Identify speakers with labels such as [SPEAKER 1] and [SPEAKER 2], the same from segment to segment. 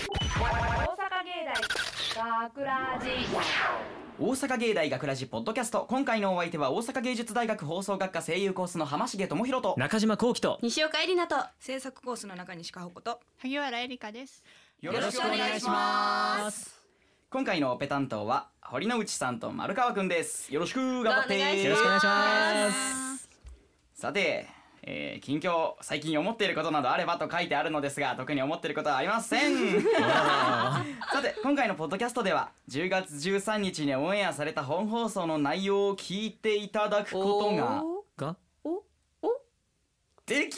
[SPEAKER 1] 大阪芸大学ラジ
[SPEAKER 2] 大阪芸大学ラジポッドキャスト今回のお相手は大阪芸術大学放送学科声優コースの浜重智博と
[SPEAKER 3] 中島幸喜と
[SPEAKER 4] 西岡えりなと
[SPEAKER 5] 制作コースの中西加穂子と
[SPEAKER 6] 萩原えりかです。
[SPEAKER 2] よ
[SPEAKER 4] ろしくお願いします
[SPEAKER 2] 今回のオペ担当は堀之内さんと丸川くんですよろしく頑張って
[SPEAKER 4] お願いし
[SPEAKER 3] よ
[SPEAKER 4] ま
[SPEAKER 3] ろ
[SPEAKER 4] す
[SPEAKER 3] しくお願いしま
[SPEAKER 2] さて、えー近況最近思っていることなどあればと書いてあるのですが特に思っていることはありませんさて今回のポッドキャストでは10月13日にオンエアされた本放送の内容を聞いていただくことが
[SPEAKER 3] すが
[SPEAKER 2] でき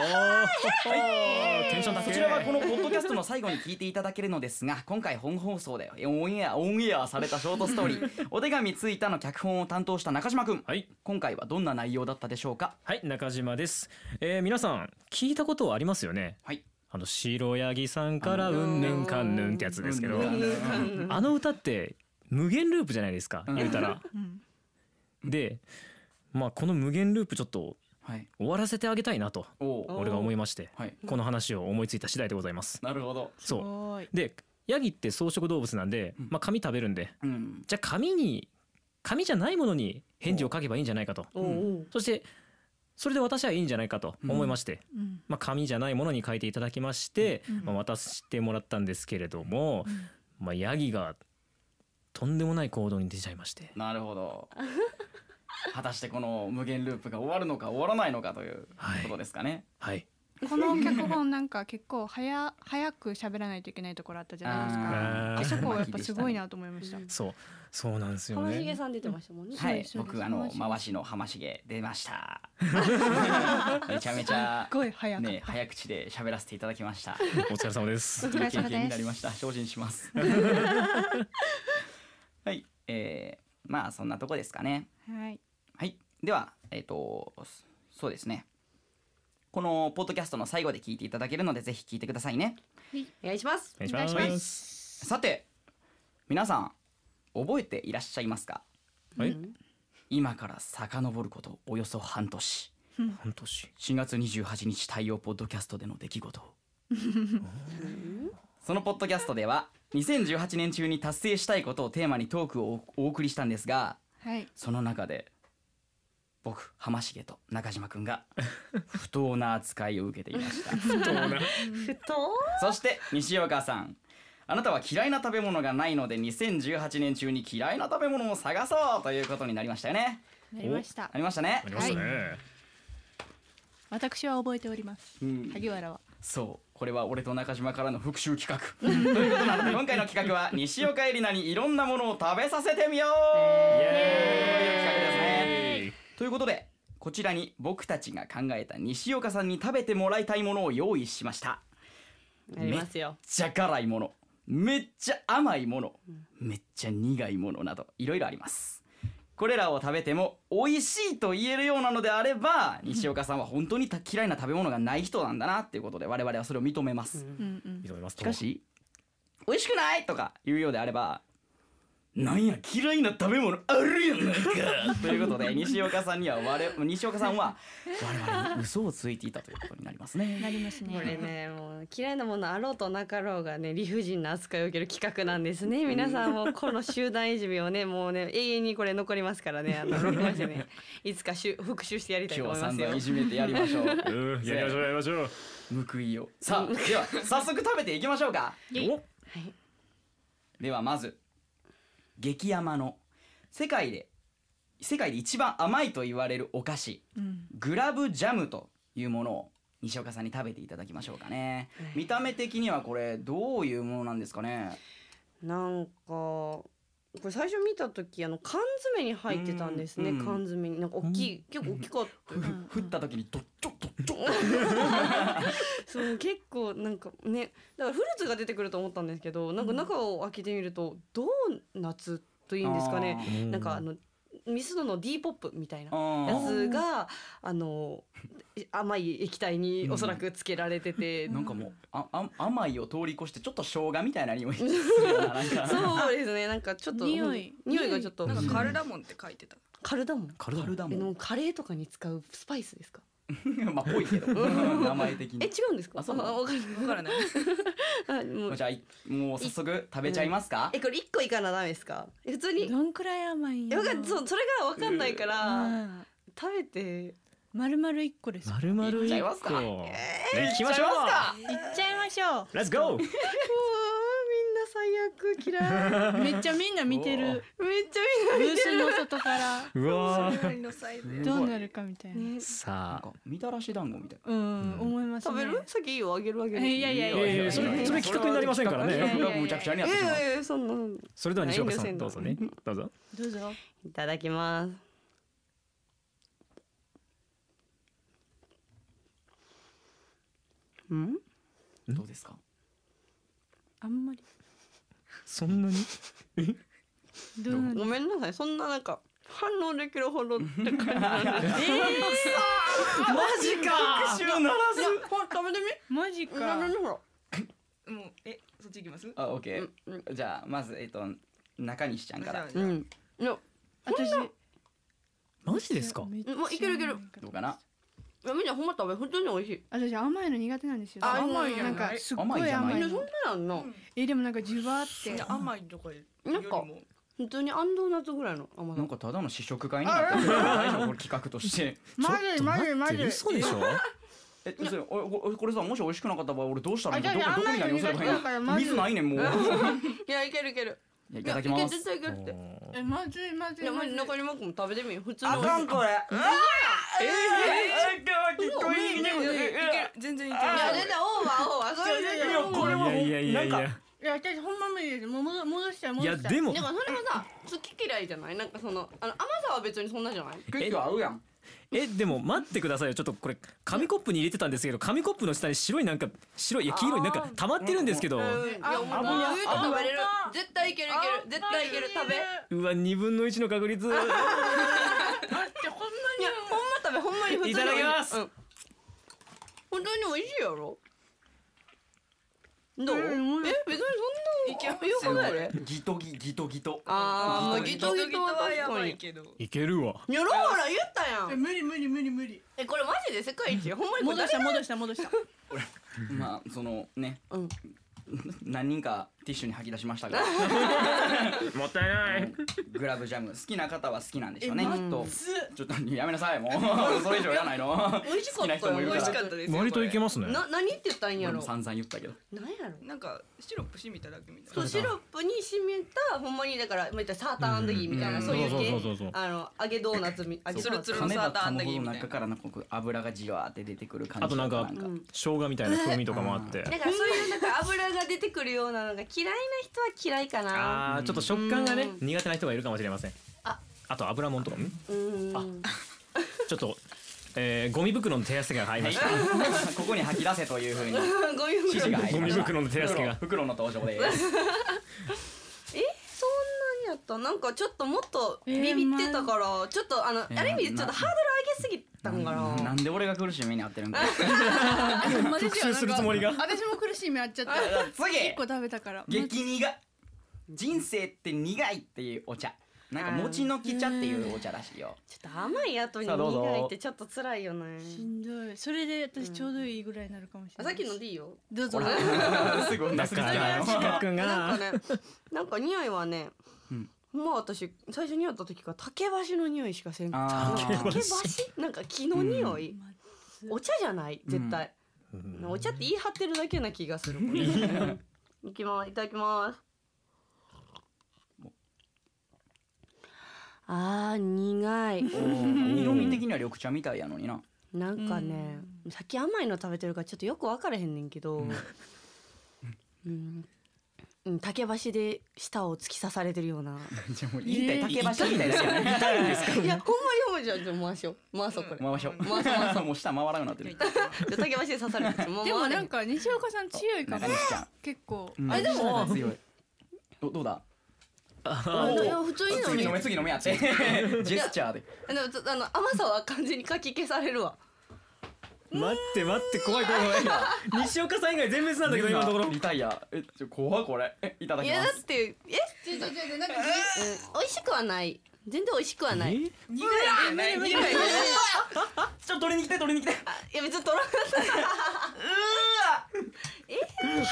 [SPEAKER 3] おーテンション
[SPEAKER 2] ますこ
[SPEAKER 3] 高い
[SPEAKER 2] ちらはこのポッドキャストの最後に聞いていただけるのですが 今回本放送でオンエアオンエアされたショートストーリー 「お手紙ついた」の脚本を担当した中島くん、
[SPEAKER 3] はい
[SPEAKER 2] 今回はどんな内容だったでしょうか
[SPEAKER 3] はい中島です、えー、皆さん聞いたことはありますよね
[SPEAKER 2] はい
[SPEAKER 3] あの白柳さんからうんぬんかんぬんってやつですけど
[SPEAKER 2] うんぬんかんぬん
[SPEAKER 3] あの歌って無限ループじゃないですか
[SPEAKER 2] うん
[SPEAKER 3] 言うたらでまあこの無限ループちょっと
[SPEAKER 2] はい
[SPEAKER 3] 終わらせてあげたいなと
[SPEAKER 2] おお
[SPEAKER 3] 俺が思いまして
[SPEAKER 2] はい
[SPEAKER 3] この話を思いついた次第でございます
[SPEAKER 2] なるほど
[SPEAKER 6] す
[SPEAKER 3] そ
[SPEAKER 6] ごい。
[SPEAKER 3] うでヤギって草食動物なんで
[SPEAKER 2] うん
[SPEAKER 3] まあ紙食べるんで
[SPEAKER 2] うん
[SPEAKER 3] じゃあ紙に紙じゃないものに返事を書けばいいんじゃないかと
[SPEAKER 4] おお
[SPEAKER 3] そしてそれで私はいいんじゃないかと思いまして、
[SPEAKER 6] うん
[SPEAKER 3] まあ、紙じゃないものに書いていただきまして、
[SPEAKER 6] うん
[SPEAKER 3] まあ、渡してもらったんですけれども、まあ、ヤギがとんでもない行動に出ちゃいまして
[SPEAKER 2] なるほど果たしてこの無限ループが終わるのか終わらないのかという
[SPEAKER 3] はい
[SPEAKER 2] ことですかね、
[SPEAKER 3] はい
[SPEAKER 6] この脚本なんか結構早早く喋らないといけないところあったじゃないですか。
[SPEAKER 3] あー
[SPEAKER 6] あそこはやっぱすごいなと思いました。
[SPEAKER 3] そうそうなんですよ
[SPEAKER 4] 浜重
[SPEAKER 3] ね
[SPEAKER 4] さん出てましたもんね、
[SPEAKER 2] はい
[SPEAKER 6] そうです
[SPEAKER 2] 僕あの
[SPEAKER 6] そうです
[SPEAKER 2] 回しの浜重出ました めちゃめち
[SPEAKER 6] す
[SPEAKER 2] ゃ
[SPEAKER 6] っごい早かった。
[SPEAKER 2] ね早口で喋らせていただき ました
[SPEAKER 3] お疲れ様で す
[SPEAKER 6] お疲れ様
[SPEAKER 2] 経験に
[SPEAKER 6] で
[SPEAKER 2] なりました精進します はいえー、まあそんなとこですかね
[SPEAKER 6] す。はい。
[SPEAKER 2] はい、では、えっ、と、そそうですね。このポッドキャストの最後で聞いていただけるので、ぜひ聞いてくださいね。
[SPEAKER 4] お願いします
[SPEAKER 3] お願いし
[SPEAKER 6] お願いし
[SPEAKER 3] ま
[SPEAKER 6] ます
[SPEAKER 2] さて、皆さん、覚えていらっしゃいますか。
[SPEAKER 3] はい
[SPEAKER 2] 今から遡ること、およそ半年。
[SPEAKER 3] 半年
[SPEAKER 2] 4月28日太陽ポッドキャストでの出来事を そのポッドキャストでは2018年中に達成したいことをテーマにトークをおお送りしたんですが
[SPEAKER 6] はい。
[SPEAKER 2] その中で僕浜重と中島くんが不当な扱いを受けていま した
[SPEAKER 4] ふと
[SPEAKER 2] そして西岡さんあなたは嫌いな食べ物がないので2018年中に嫌いな食べ物を探そうということになりましたよね
[SPEAKER 6] なりました
[SPEAKER 2] な。りましたね
[SPEAKER 3] ありましたね、
[SPEAKER 6] 私は覚えております。
[SPEAKER 2] うん
[SPEAKER 6] 萩原は。
[SPEAKER 2] そうこれは俺と中島からの復習企 画ということなので今回の企画は西岡えりなにいろんなものを食べさせてみよう、
[SPEAKER 3] イエーイ
[SPEAKER 2] ということでこちらに僕たちが考えた西岡さんに食べてもらいたいものを用意しました
[SPEAKER 4] ありますよ
[SPEAKER 2] めっちゃ辛いものめっちゃ甘いものめっちゃ苦いものなどいろいろありますこれらを食べても美味しいと言えるようなのであれば西岡さんは本当にた嫌いな食べ物がない人なんだなっていうことで我々はそれを認めます、
[SPEAKER 6] うんうん。
[SPEAKER 3] 認めますと
[SPEAKER 2] しかし美味しくないとか言うようであればなんや嫌いな食べ物あるやないかということで西岡さんには我々西岡さんは我々に嘘をついていたということになりますね
[SPEAKER 6] なります
[SPEAKER 4] こ
[SPEAKER 6] ね。
[SPEAKER 4] れねもう嫌いなものあろうとなかろうがね理不尽な扱いを受ける企画なんですね皆さんもこの集団いじめをねもうね永遠にこれ残りますからねあの見ましてねいつかしゅ復習してやりたいと
[SPEAKER 2] 今
[SPEAKER 4] 思
[SPEAKER 2] 日
[SPEAKER 4] いま
[SPEAKER 2] 三
[SPEAKER 4] す
[SPEAKER 2] 度
[SPEAKER 4] よ
[SPEAKER 2] いじめてやりましょう
[SPEAKER 3] うんやりましょうやりましょう
[SPEAKER 2] 報いをさあでは早速食べていきましょうか
[SPEAKER 3] お
[SPEAKER 4] はい
[SPEAKER 2] ではまず激甘の世界で世界で一番甘いと言われるお菓子
[SPEAKER 6] うん。
[SPEAKER 2] グラブジャムというものを西岡さんに食べていただきましょうかね
[SPEAKER 4] はい
[SPEAKER 2] 見た目的にはこれどういうものなんですかね
[SPEAKER 4] なんかこれ最初見た時あの缶詰に入ってたんですね、
[SPEAKER 2] うんうん
[SPEAKER 4] 缶詰になんか大きい、結構大きかった、
[SPEAKER 2] ふふ振った時にドッドッドッドッ
[SPEAKER 4] そう結構なんかねだからフルーツが出てくると思ったんですけどなんか中を開けてみるとドーナツといいんですかねなんかあのミスドの D ポップみたいなや
[SPEAKER 2] あ
[SPEAKER 4] つがあの甘い液体におそらくつけられてて、
[SPEAKER 2] ーなんかもうああ甘いを通り越してちょっと生姜みたいな匂いするようななん か
[SPEAKER 4] そうですねなんかちょっと
[SPEAKER 6] 匂い
[SPEAKER 4] うん匂いがちょっと
[SPEAKER 5] なんかカルダモンって書いてた
[SPEAKER 4] カルダモン
[SPEAKER 3] カルダ
[SPEAKER 2] カルダモ
[SPEAKER 4] え
[SPEAKER 2] ン
[SPEAKER 4] のカレーとかに使うスパイスですか
[SPEAKER 2] まあぽいけど名前的
[SPEAKER 4] え違
[SPEAKER 2] に
[SPEAKER 4] うんですか
[SPEAKER 2] あそうなの
[SPEAKER 4] あわかる
[SPEAKER 5] わからない。
[SPEAKER 4] あもう
[SPEAKER 2] じゃあいもう早速食べちゃいますか
[SPEAKER 4] えこれ一個いかなダメですかえ普通に
[SPEAKER 7] どんくらい甘いん
[SPEAKER 4] いやわかんそうそれがわかんないから
[SPEAKER 7] ま
[SPEAKER 4] 食べて
[SPEAKER 7] るまる一個です。い
[SPEAKER 3] まるまる
[SPEAKER 2] いっちゃ
[SPEAKER 3] 一
[SPEAKER 2] い
[SPEAKER 3] 個。
[SPEAKER 2] ますか
[SPEAKER 3] 行きましょう。
[SPEAKER 7] っちゃいまし ょ
[SPEAKER 3] レッツゴー。
[SPEAKER 4] うわーみんな最悪 嫌い
[SPEAKER 7] う。めっちゃみんな見てる。
[SPEAKER 4] めっちゃ
[SPEAKER 7] ブースの外から
[SPEAKER 3] うわー。
[SPEAKER 5] の際で。
[SPEAKER 7] どうなるかみたいな。
[SPEAKER 4] みんな
[SPEAKER 2] なん
[SPEAKER 3] さあ
[SPEAKER 2] かみたらし団子みたい
[SPEAKER 7] うん、思います
[SPEAKER 4] 食べ
[SPEAKER 7] ね。
[SPEAKER 4] る先いいよあげるあげる
[SPEAKER 7] えいやいやい
[SPEAKER 3] いや
[SPEAKER 7] や
[SPEAKER 3] い
[SPEAKER 7] い
[SPEAKER 3] や
[SPEAKER 7] や。
[SPEAKER 3] それそれ企画になりませんから
[SPEAKER 2] な
[SPEAKER 7] やい
[SPEAKER 2] 企画
[SPEAKER 7] やい
[SPEAKER 2] が
[SPEAKER 7] や
[SPEAKER 2] むちゃくちゃになっ
[SPEAKER 4] え
[SPEAKER 2] てしまう
[SPEAKER 4] えええそんな
[SPEAKER 3] それでは西岡さ
[SPEAKER 4] ない
[SPEAKER 3] ん
[SPEAKER 4] んで
[SPEAKER 3] どう
[SPEAKER 4] す
[SPEAKER 3] ぞ
[SPEAKER 4] よ
[SPEAKER 3] ねどうぞ
[SPEAKER 7] どうぞ。
[SPEAKER 4] いただきますうん
[SPEAKER 2] どうですか
[SPEAKER 7] あんまり。
[SPEAKER 3] そんなに
[SPEAKER 7] どうな
[SPEAKER 4] ご
[SPEAKER 7] る。
[SPEAKER 4] めんなさいそんななんか反応できるほどって感じなんで
[SPEAKER 7] え
[SPEAKER 2] マジか復讐ならず
[SPEAKER 4] ほら食べて
[SPEAKER 7] ー、マジ
[SPEAKER 4] み食べ
[SPEAKER 7] か
[SPEAKER 4] て。みほら
[SPEAKER 5] もうえそっち行きます？
[SPEAKER 2] あ、オッケ
[SPEAKER 4] うんうん
[SPEAKER 2] ーじゃあまずえっと中西ちゃんから
[SPEAKER 5] じ
[SPEAKER 4] う
[SPEAKER 5] ゃあ
[SPEAKER 4] んいや
[SPEAKER 7] 私。
[SPEAKER 3] マジですか
[SPEAKER 7] めっちゃ
[SPEAKER 4] もういけるいける
[SPEAKER 7] なん
[SPEAKER 2] どうかな
[SPEAKER 4] みんなほんま食べ普通に美味しい
[SPEAKER 6] 私甘いの苦手なんですよ。
[SPEAKER 4] あ甘い
[SPEAKER 6] なんかすっごい
[SPEAKER 2] 甘
[SPEAKER 6] 甘い
[SPEAKER 4] みん
[SPEAKER 2] い
[SPEAKER 6] の
[SPEAKER 4] なそんななんの
[SPEAKER 6] えでもなんかジュワーっ
[SPEAKER 5] じ
[SPEAKER 6] て
[SPEAKER 5] ゃあ甘いとかより
[SPEAKER 4] なんか
[SPEAKER 5] も
[SPEAKER 4] 普通にアンドーナツぐらいの甘さ
[SPEAKER 2] なんかただの試食会になってる大丈夫これ企画として
[SPEAKER 6] まずいまずいま
[SPEAKER 3] 待っ
[SPEAKER 6] ずい。
[SPEAKER 3] て嘘でしょ
[SPEAKER 2] え、それおここれさもし美味しくなかった場合俺どうしたらいいの
[SPEAKER 6] あ
[SPEAKER 2] ど
[SPEAKER 6] じゃあ
[SPEAKER 2] こどこに
[SPEAKER 6] じゃあ
[SPEAKER 2] 何をすればいい
[SPEAKER 6] 甘いの苦手だから
[SPEAKER 2] の
[SPEAKER 6] まず
[SPEAKER 2] 水ないねんもうい
[SPEAKER 4] いやいけるいける
[SPEAKER 2] やいただきます
[SPEAKER 4] いやいける絶対いけるって
[SPEAKER 6] えまずいまず
[SPEAKER 4] い
[SPEAKER 6] い
[SPEAKER 4] や
[SPEAKER 6] ま
[SPEAKER 4] マ
[SPEAKER 6] ず
[SPEAKER 4] ジ
[SPEAKER 6] い。
[SPEAKER 4] 中島君も食べてみ普通に
[SPEAKER 2] あかんこれうわええあかん結構いい
[SPEAKER 5] い
[SPEAKER 2] ね
[SPEAKER 5] ける全然いけ
[SPEAKER 4] い
[SPEAKER 5] る。
[SPEAKER 4] や出たオーバーオーバーそれ
[SPEAKER 2] いやいやこれはもう
[SPEAKER 3] いやいやいやい
[SPEAKER 2] なん
[SPEAKER 3] や
[SPEAKER 6] いや私ほんま無理です。もう戻戻したい
[SPEAKER 3] い
[SPEAKER 6] 戻
[SPEAKER 3] や
[SPEAKER 6] したい。
[SPEAKER 3] でも
[SPEAKER 4] だからそれはさ好き嫌いじゃないなんかそのあの甘さは別にそんなじゃない
[SPEAKER 2] 結構合うやん
[SPEAKER 3] えでも待ってくださいよちょっとこれ紙コップに入れてたんですけど紙コップの下に白いなんか白いいや黄色いなんか溜まってるんですけど
[SPEAKER 4] うんいやもう余裕で食べれる絶対いけるいける絶対いける食べいう
[SPEAKER 3] わ二分の一の確 率い
[SPEAKER 4] やほんま食べほんまに普通に
[SPEAKER 3] ただきます
[SPEAKER 4] うん本当に美味しいやろどうえ
[SPEAKER 6] うん
[SPEAKER 4] 別にそんな言うことやで
[SPEAKER 2] ギトギギトギト
[SPEAKER 4] あーまあ
[SPEAKER 2] ギ
[SPEAKER 4] ギ
[SPEAKER 2] ト
[SPEAKER 4] ト
[SPEAKER 5] ギ
[SPEAKER 4] ギ
[SPEAKER 5] トギト
[SPEAKER 4] トは
[SPEAKER 5] は
[SPEAKER 4] や
[SPEAKER 5] や
[SPEAKER 4] ば
[SPEAKER 5] ば
[SPEAKER 4] い
[SPEAKER 5] いけど。
[SPEAKER 3] けるわ
[SPEAKER 4] やろほら言ったや
[SPEAKER 7] え
[SPEAKER 4] ん
[SPEAKER 7] 無理無理無理無理。
[SPEAKER 4] えこれマジで世界一ほんまにこれ
[SPEAKER 7] 戻
[SPEAKER 4] 誰
[SPEAKER 7] した戻した戻した。
[SPEAKER 2] まあそのね
[SPEAKER 4] うん
[SPEAKER 2] 何人かティッシュに吐き出しましたが
[SPEAKER 3] もったいな
[SPEAKER 2] グラブジャム好きな方は好きなんでしょうねき
[SPEAKER 4] え
[SPEAKER 2] っとちょっとやめなさいもうそれ以上やらないの
[SPEAKER 4] 美味しか
[SPEAKER 2] 好き
[SPEAKER 4] っ
[SPEAKER 2] な
[SPEAKER 4] た
[SPEAKER 2] 人もいる
[SPEAKER 5] 美
[SPEAKER 2] から
[SPEAKER 5] 味しかったですよ。
[SPEAKER 3] 割といけ
[SPEAKER 5] ま
[SPEAKER 3] ますね
[SPEAKER 4] な何って言ったんや
[SPEAKER 2] 俺
[SPEAKER 4] ろ
[SPEAKER 2] も散々言ったけど
[SPEAKER 4] なんやろ
[SPEAKER 5] なんかシロップしみただけみたい
[SPEAKER 4] そ
[SPEAKER 5] な
[SPEAKER 4] う。シロップに締めたほんまにだからまあ言ったらサーターアンダギーみたいな、
[SPEAKER 2] うん
[SPEAKER 4] そういう系
[SPEAKER 3] そうそうそうそう
[SPEAKER 4] あの揚げドーナツみ揚げドーナツ
[SPEAKER 5] ツル
[SPEAKER 2] 噛
[SPEAKER 5] の
[SPEAKER 2] め
[SPEAKER 5] サ
[SPEAKER 2] ば
[SPEAKER 5] ーターア
[SPEAKER 2] 噛
[SPEAKER 5] ン
[SPEAKER 2] む
[SPEAKER 5] ダギ
[SPEAKER 2] ほ
[SPEAKER 5] ー
[SPEAKER 2] ど
[SPEAKER 5] みたいな
[SPEAKER 2] 中からなんかこう油がじわーって出てくる感じ
[SPEAKER 3] あとなんか
[SPEAKER 4] うん
[SPEAKER 3] 生姜みたいな風味とかもあって
[SPEAKER 4] だからそういうなんか油が出てくるようなのが嫌いな人は嫌いかな
[SPEAKER 3] あーちょっと食感がね
[SPEAKER 4] う
[SPEAKER 3] 苦手な人がいるかもしれません
[SPEAKER 4] あ
[SPEAKER 3] あと油もんとかん
[SPEAKER 4] うん
[SPEAKER 3] ちょっと、えー、ゴミ袋の手助けが入り ました。
[SPEAKER 2] ここに吐き出せというふうに
[SPEAKER 4] ごめんごめん
[SPEAKER 2] 指示が入りました
[SPEAKER 3] ゴミ袋の手助けが
[SPEAKER 2] 袋の登場です
[SPEAKER 4] えそんなにやったなんかちょっともっとビビってたからちょっとあの、
[SPEAKER 2] ー
[SPEAKER 4] ある意味でちょっとハードル上げすぎたんかな
[SPEAKER 2] なんで俺が苦しい目に遭ってるんだじゃ
[SPEAKER 6] ほんまですよ
[SPEAKER 3] 復讐するつもりが
[SPEAKER 6] なんか私も苦しい目あっちゃった。
[SPEAKER 2] あ
[SPEAKER 6] 一個
[SPEAKER 2] 次
[SPEAKER 6] 食べたから。
[SPEAKER 2] 激苦人生って苦いっていうお茶なんか餅のき茶っていうお茶らしいよ
[SPEAKER 4] ちょっと甘い後に
[SPEAKER 2] さあどうぞ
[SPEAKER 4] 苦いってちょっと辛いよ ね
[SPEAKER 7] しんどい。それで私ちょうどいいぐらいになるかもし
[SPEAKER 4] あ
[SPEAKER 7] れ
[SPEAKER 4] さ
[SPEAKER 7] ない。
[SPEAKER 4] っきのでいいよ
[SPEAKER 7] どうぞ
[SPEAKER 2] ほ。らすぐ
[SPEAKER 3] だ
[SPEAKER 2] なす
[SPEAKER 3] か
[SPEAKER 2] ぎて
[SPEAKER 3] ら、シカ君
[SPEAKER 4] な
[SPEAKER 3] が
[SPEAKER 4] ん。かね、なんか匂いはね、
[SPEAKER 2] うん
[SPEAKER 4] まあ私最初にやった時から竹橋の匂いしかせん。なん
[SPEAKER 2] あ
[SPEAKER 4] か
[SPEAKER 2] ー
[SPEAKER 4] 竹橋なんか木の匂い、お茶じゃない絶対、
[SPEAKER 3] うん
[SPEAKER 4] お茶って言い張ってるだけな気がする。これ いきますいただきます。あー苦い
[SPEAKER 2] うん色味的には緑茶みたいやのに な
[SPEAKER 4] なんかね、さっき甘いの食べてるからちょっとよく分からへんねんけど、うんうん、竹橋で舌を突き刺されてるような。
[SPEAKER 2] じゃあもう引退竹橋みたいですよね
[SPEAKER 4] いや、ほんまにほんまにじゃあ、じゃあ回しよう。回そう、これ。
[SPEAKER 2] 回しょう
[SPEAKER 4] 回そう回そ
[SPEAKER 2] もう下回らなくなってる
[SPEAKER 4] う。竹橋で刺されてる。もう
[SPEAKER 6] でも
[SPEAKER 4] 回れ
[SPEAKER 6] なんか西岡さん強いか
[SPEAKER 2] 中
[SPEAKER 6] ら
[SPEAKER 2] 西ちゃん
[SPEAKER 6] 結構。
[SPEAKER 2] うん
[SPEAKER 4] あでも
[SPEAKER 2] 強いどどうだ
[SPEAKER 4] あいや普通に飲
[SPEAKER 2] 次
[SPEAKER 4] み
[SPEAKER 2] 飲め次飲めやってジェスチャーで
[SPEAKER 4] でもちょっとあの甘さは完全にかき消されるわ。
[SPEAKER 3] 待って待って、怖い怖い怖い。西岡さん以外全滅なんだけど、今のところ。
[SPEAKER 2] リタイアえちょ怖いこれえいただ
[SPEAKER 4] い
[SPEAKER 2] き
[SPEAKER 4] や
[SPEAKER 2] ま
[SPEAKER 4] だ
[SPEAKER 2] す
[SPEAKER 4] ってえ、うん、美味しくはない。全然美味しくはない。い
[SPEAKER 3] え
[SPEAKER 5] 苦いじゃない苦いじゃない
[SPEAKER 2] ちょっと取りに来て取りに来て
[SPEAKER 4] や別に取らなかった。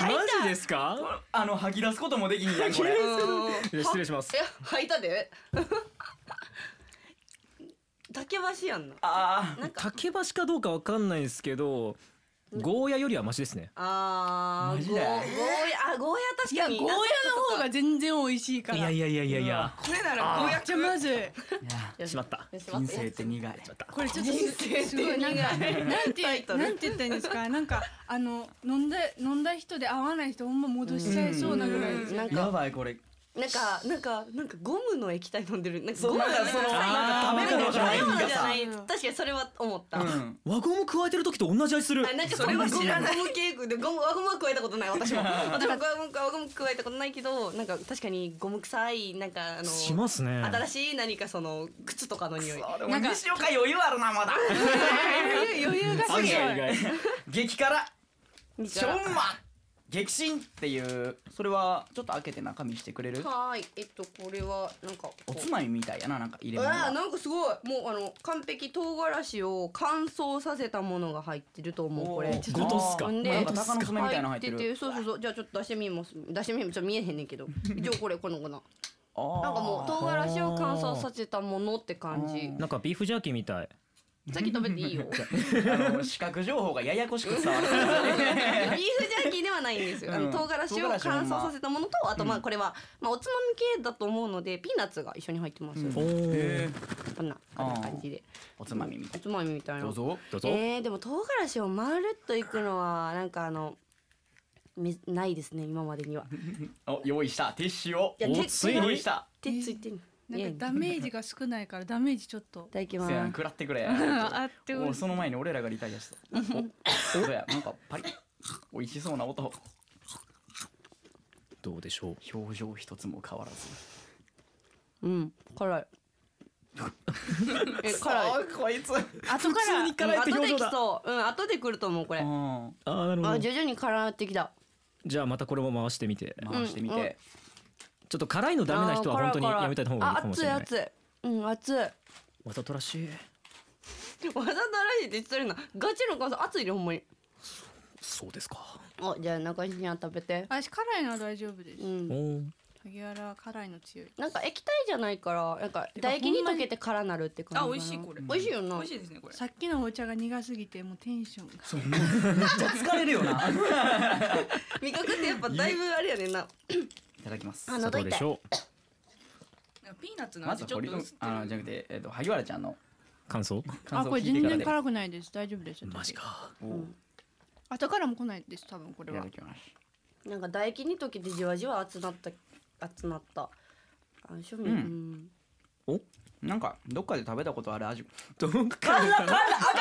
[SPEAKER 3] マジですか
[SPEAKER 2] あの吐き出すこともできんやんこれ
[SPEAKER 3] いや失礼します
[SPEAKER 4] え吐いたで。 竹橋やんな。
[SPEAKER 2] あ
[SPEAKER 4] なんか
[SPEAKER 3] 竹橋かどうかわかんないですけどゴーヤよりはマシですね
[SPEAKER 4] あー
[SPEAKER 2] マジ
[SPEAKER 4] ゴー
[SPEAKER 2] で
[SPEAKER 4] ゴーヤあゴーヤ確
[SPEAKER 7] い
[SPEAKER 4] か
[SPEAKER 7] や
[SPEAKER 4] に。
[SPEAKER 7] ゴーヤの方が全然美味しいから
[SPEAKER 3] いやいやいやいやいや
[SPEAKER 5] これならこうやっ
[SPEAKER 7] じゃあまずい
[SPEAKER 2] あ
[SPEAKER 4] や
[SPEAKER 3] しまった
[SPEAKER 2] 人生って苦い
[SPEAKER 7] これちょっと
[SPEAKER 4] 人生
[SPEAKER 7] すすごいなんかなんてなんて言ったらいいんですかなんかあの飲んだ飲んだ人で合わない人ほんま戻しちゃいそうなぐらいですよ
[SPEAKER 4] なん
[SPEAKER 2] や
[SPEAKER 4] か
[SPEAKER 2] ばいこれ
[SPEAKER 4] なんかなんかなんかゴムの液体飲んでる。なんかゴム
[SPEAKER 2] なんかその
[SPEAKER 3] あ
[SPEAKER 2] なん
[SPEAKER 3] ー
[SPEAKER 2] か食べるのじゃないん
[SPEAKER 4] じ
[SPEAKER 2] だ
[SPEAKER 4] ゃ
[SPEAKER 2] さ
[SPEAKER 4] ない。確かにそれは思った。
[SPEAKER 2] うん
[SPEAKER 3] 輪ゴム加えてる時と同じ味する
[SPEAKER 4] あなんかそれはゴムゴム系でゴム輪ゴムは加えたことない 私も私もゴム輪ゴム加えたことないけどなんか確かにゴム臭いなんかあの
[SPEAKER 3] しますね
[SPEAKER 4] 新しい何かその靴とかの匂い
[SPEAKER 2] あでも西岡余裕あるなまだ
[SPEAKER 7] 余裕余裕がすご
[SPEAKER 2] す
[SPEAKER 7] い
[SPEAKER 2] げえ激辛
[SPEAKER 4] 西
[SPEAKER 2] ショ
[SPEAKER 4] 岡
[SPEAKER 2] ンマ激震っていうそれはちょっと開けて中身してくれる
[SPEAKER 4] はーいえっとこれはなんかこう
[SPEAKER 2] おつまみみたいやななんか入れ
[SPEAKER 4] う
[SPEAKER 2] 物
[SPEAKER 4] わー
[SPEAKER 2] が
[SPEAKER 4] なんかすごいもうあの完璧唐辛子を乾燥させたものが入ってると思うこれ
[SPEAKER 2] おー
[SPEAKER 3] ちょっとごとっすか
[SPEAKER 4] ん
[SPEAKER 2] なんか鷹の爪みたいなの入ってる
[SPEAKER 4] そうそうそうじゃあちょっと出してみます出してみますちょっと見えへんねんけど一応これこの粉なんか
[SPEAKER 2] なん
[SPEAKER 4] もう唐辛子を乾燥させたものって感じ
[SPEAKER 2] あ
[SPEAKER 3] なんかビーフジャーキーみたい
[SPEAKER 4] さっき食べていいよ ビーフ
[SPEAKER 2] あの視覚情報がややこしく伝わる
[SPEAKER 4] ジャーキーではないんですよ、あ
[SPEAKER 2] う
[SPEAKER 4] の
[SPEAKER 2] ん
[SPEAKER 4] 唐辛子を
[SPEAKER 2] 唐辛
[SPEAKER 4] 乾
[SPEAKER 2] 子のまま
[SPEAKER 4] 燥させたものとあとまあこれは、まあ、おつまみ系だと思うのでピーナッツが一緒に入ってます、
[SPEAKER 2] うん
[SPEAKER 3] おー
[SPEAKER 4] こんなこんな感じで
[SPEAKER 2] おつまみみた
[SPEAKER 4] お
[SPEAKER 2] い
[SPEAKER 4] つまみみたいな
[SPEAKER 2] どうぞ
[SPEAKER 3] どうぞ
[SPEAKER 4] えー、でも唐辛子をまるっといくのはなんかあのみないですね今までには
[SPEAKER 2] お用意したティッシュを
[SPEAKER 4] いや
[SPEAKER 3] お
[SPEAKER 4] 手
[SPEAKER 3] ついに
[SPEAKER 2] 用意した
[SPEAKER 4] 手ついてる
[SPEAKER 7] ない
[SPEAKER 4] や
[SPEAKER 7] ん
[SPEAKER 4] い
[SPEAKER 7] か
[SPEAKER 4] た
[SPEAKER 7] ダメージが少ないからダメージちょっと
[SPEAKER 4] だき
[SPEAKER 2] せ
[SPEAKER 4] ます
[SPEAKER 2] やん食らってくれ
[SPEAKER 7] あって
[SPEAKER 2] おその前に俺らがリタイアしたおどうやなんかパリッ美味しそうな音
[SPEAKER 3] どうでしょう
[SPEAKER 2] 表情一つも変わらず
[SPEAKER 4] うん辛 いえ辛い
[SPEAKER 2] あこいつ
[SPEAKER 4] 後か
[SPEAKER 3] 普通
[SPEAKER 4] ら
[SPEAKER 3] に辛いって表情だ
[SPEAKER 4] うん後で来そううん後で来ると思うこれ
[SPEAKER 2] うん
[SPEAKER 3] あーなる
[SPEAKER 4] あ
[SPEAKER 3] ほど
[SPEAKER 4] 徐々に辛なってきた
[SPEAKER 3] じゃあまたこれも回してみて
[SPEAKER 2] 回してみて
[SPEAKER 3] ちょっと辛いのダメな人は本当にやめたい方がいいかもしれな
[SPEAKER 4] あ
[SPEAKER 3] い
[SPEAKER 4] 熱い熱いうん熱いわ
[SPEAKER 3] わざとらしい
[SPEAKER 4] ざとらしいって言ってるなガチの感想熱いでほんまに
[SPEAKER 3] そうですか
[SPEAKER 4] あじゃあ中西には食べて
[SPEAKER 6] 私辛いのは大丈夫です
[SPEAKER 4] うん
[SPEAKER 3] おー
[SPEAKER 6] 萩原は辛いの強い
[SPEAKER 4] なんか液体じゃないからなんか唾液に溶けて辛なるって感じ
[SPEAKER 5] あ
[SPEAKER 4] かな
[SPEAKER 5] 美味しいこれ
[SPEAKER 4] 美味しいよ
[SPEAKER 5] 美
[SPEAKER 4] な
[SPEAKER 5] 味しいですねこれ
[SPEAKER 7] さっきのお茶が苦すぎてもうテンションが
[SPEAKER 2] 疲れるよない
[SPEAKER 4] 味覚ってやっぱだいぶあれやねんな
[SPEAKER 2] ただきます
[SPEAKER 4] あ
[SPEAKER 3] さあ
[SPEAKER 4] 喉
[SPEAKER 3] どう
[SPEAKER 4] 痛
[SPEAKER 3] で
[SPEAKER 4] い
[SPEAKER 3] しょう
[SPEAKER 5] ピーナッツの
[SPEAKER 2] まず
[SPEAKER 5] 味ちょっ
[SPEAKER 2] 堀
[SPEAKER 5] と
[SPEAKER 2] 君
[SPEAKER 5] 薄って
[SPEAKER 2] あのじゃ
[SPEAKER 5] る
[SPEAKER 2] なくてえっと萩原ちゃんの
[SPEAKER 3] 感想
[SPEAKER 2] 感
[SPEAKER 6] あこ
[SPEAKER 2] 想を
[SPEAKER 6] れ
[SPEAKER 2] 聞い
[SPEAKER 6] 全然
[SPEAKER 2] てからで
[SPEAKER 6] 辛くないです大丈夫です私
[SPEAKER 3] マジか
[SPEAKER 2] お
[SPEAKER 4] う
[SPEAKER 2] い
[SPEAKER 4] ん
[SPEAKER 6] 後からも来ないです多分これ
[SPEAKER 2] た
[SPEAKER 6] は
[SPEAKER 2] だきます
[SPEAKER 4] なんか唾液に溶けてじわじわ熱なった熱なったあ庶民、
[SPEAKER 2] う
[SPEAKER 4] うん、
[SPEAKER 2] なんかどっかで食べたことあ る味
[SPEAKER 3] どうか
[SPEAKER 2] ちょっと待って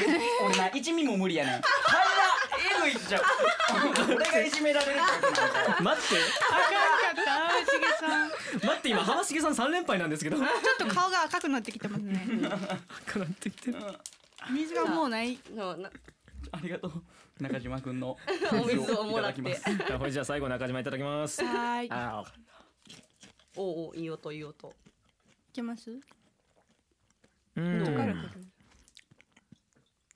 [SPEAKER 2] 俺俺な一味も無理やねん辛っえぐいっちゃう俺がいじめられるってことだから
[SPEAKER 3] 待っ
[SPEAKER 7] 赤かった青重さ んち
[SPEAKER 3] て待って今浜重さん三連敗なんですけど
[SPEAKER 7] ょっと顔が赤くなってきてますね
[SPEAKER 3] 辛ってきてる
[SPEAKER 7] 水がもうない
[SPEAKER 4] そうな
[SPEAKER 2] ありがとう中島君の
[SPEAKER 4] お水をもらっ
[SPEAKER 2] いただ
[SPEAKER 4] て
[SPEAKER 2] きま
[SPEAKER 3] あこれじゃあ最後中島いただきます
[SPEAKER 7] はいい
[SPEAKER 3] あ
[SPEAKER 4] おうおういい音いい音
[SPEAKER 7] けます
[SPEAKER 3] ーう
[SPEAKER 4] どう
[SPEAKER 7] 辛く
[SPEAKER 3] ん
[SPEAKER 7] る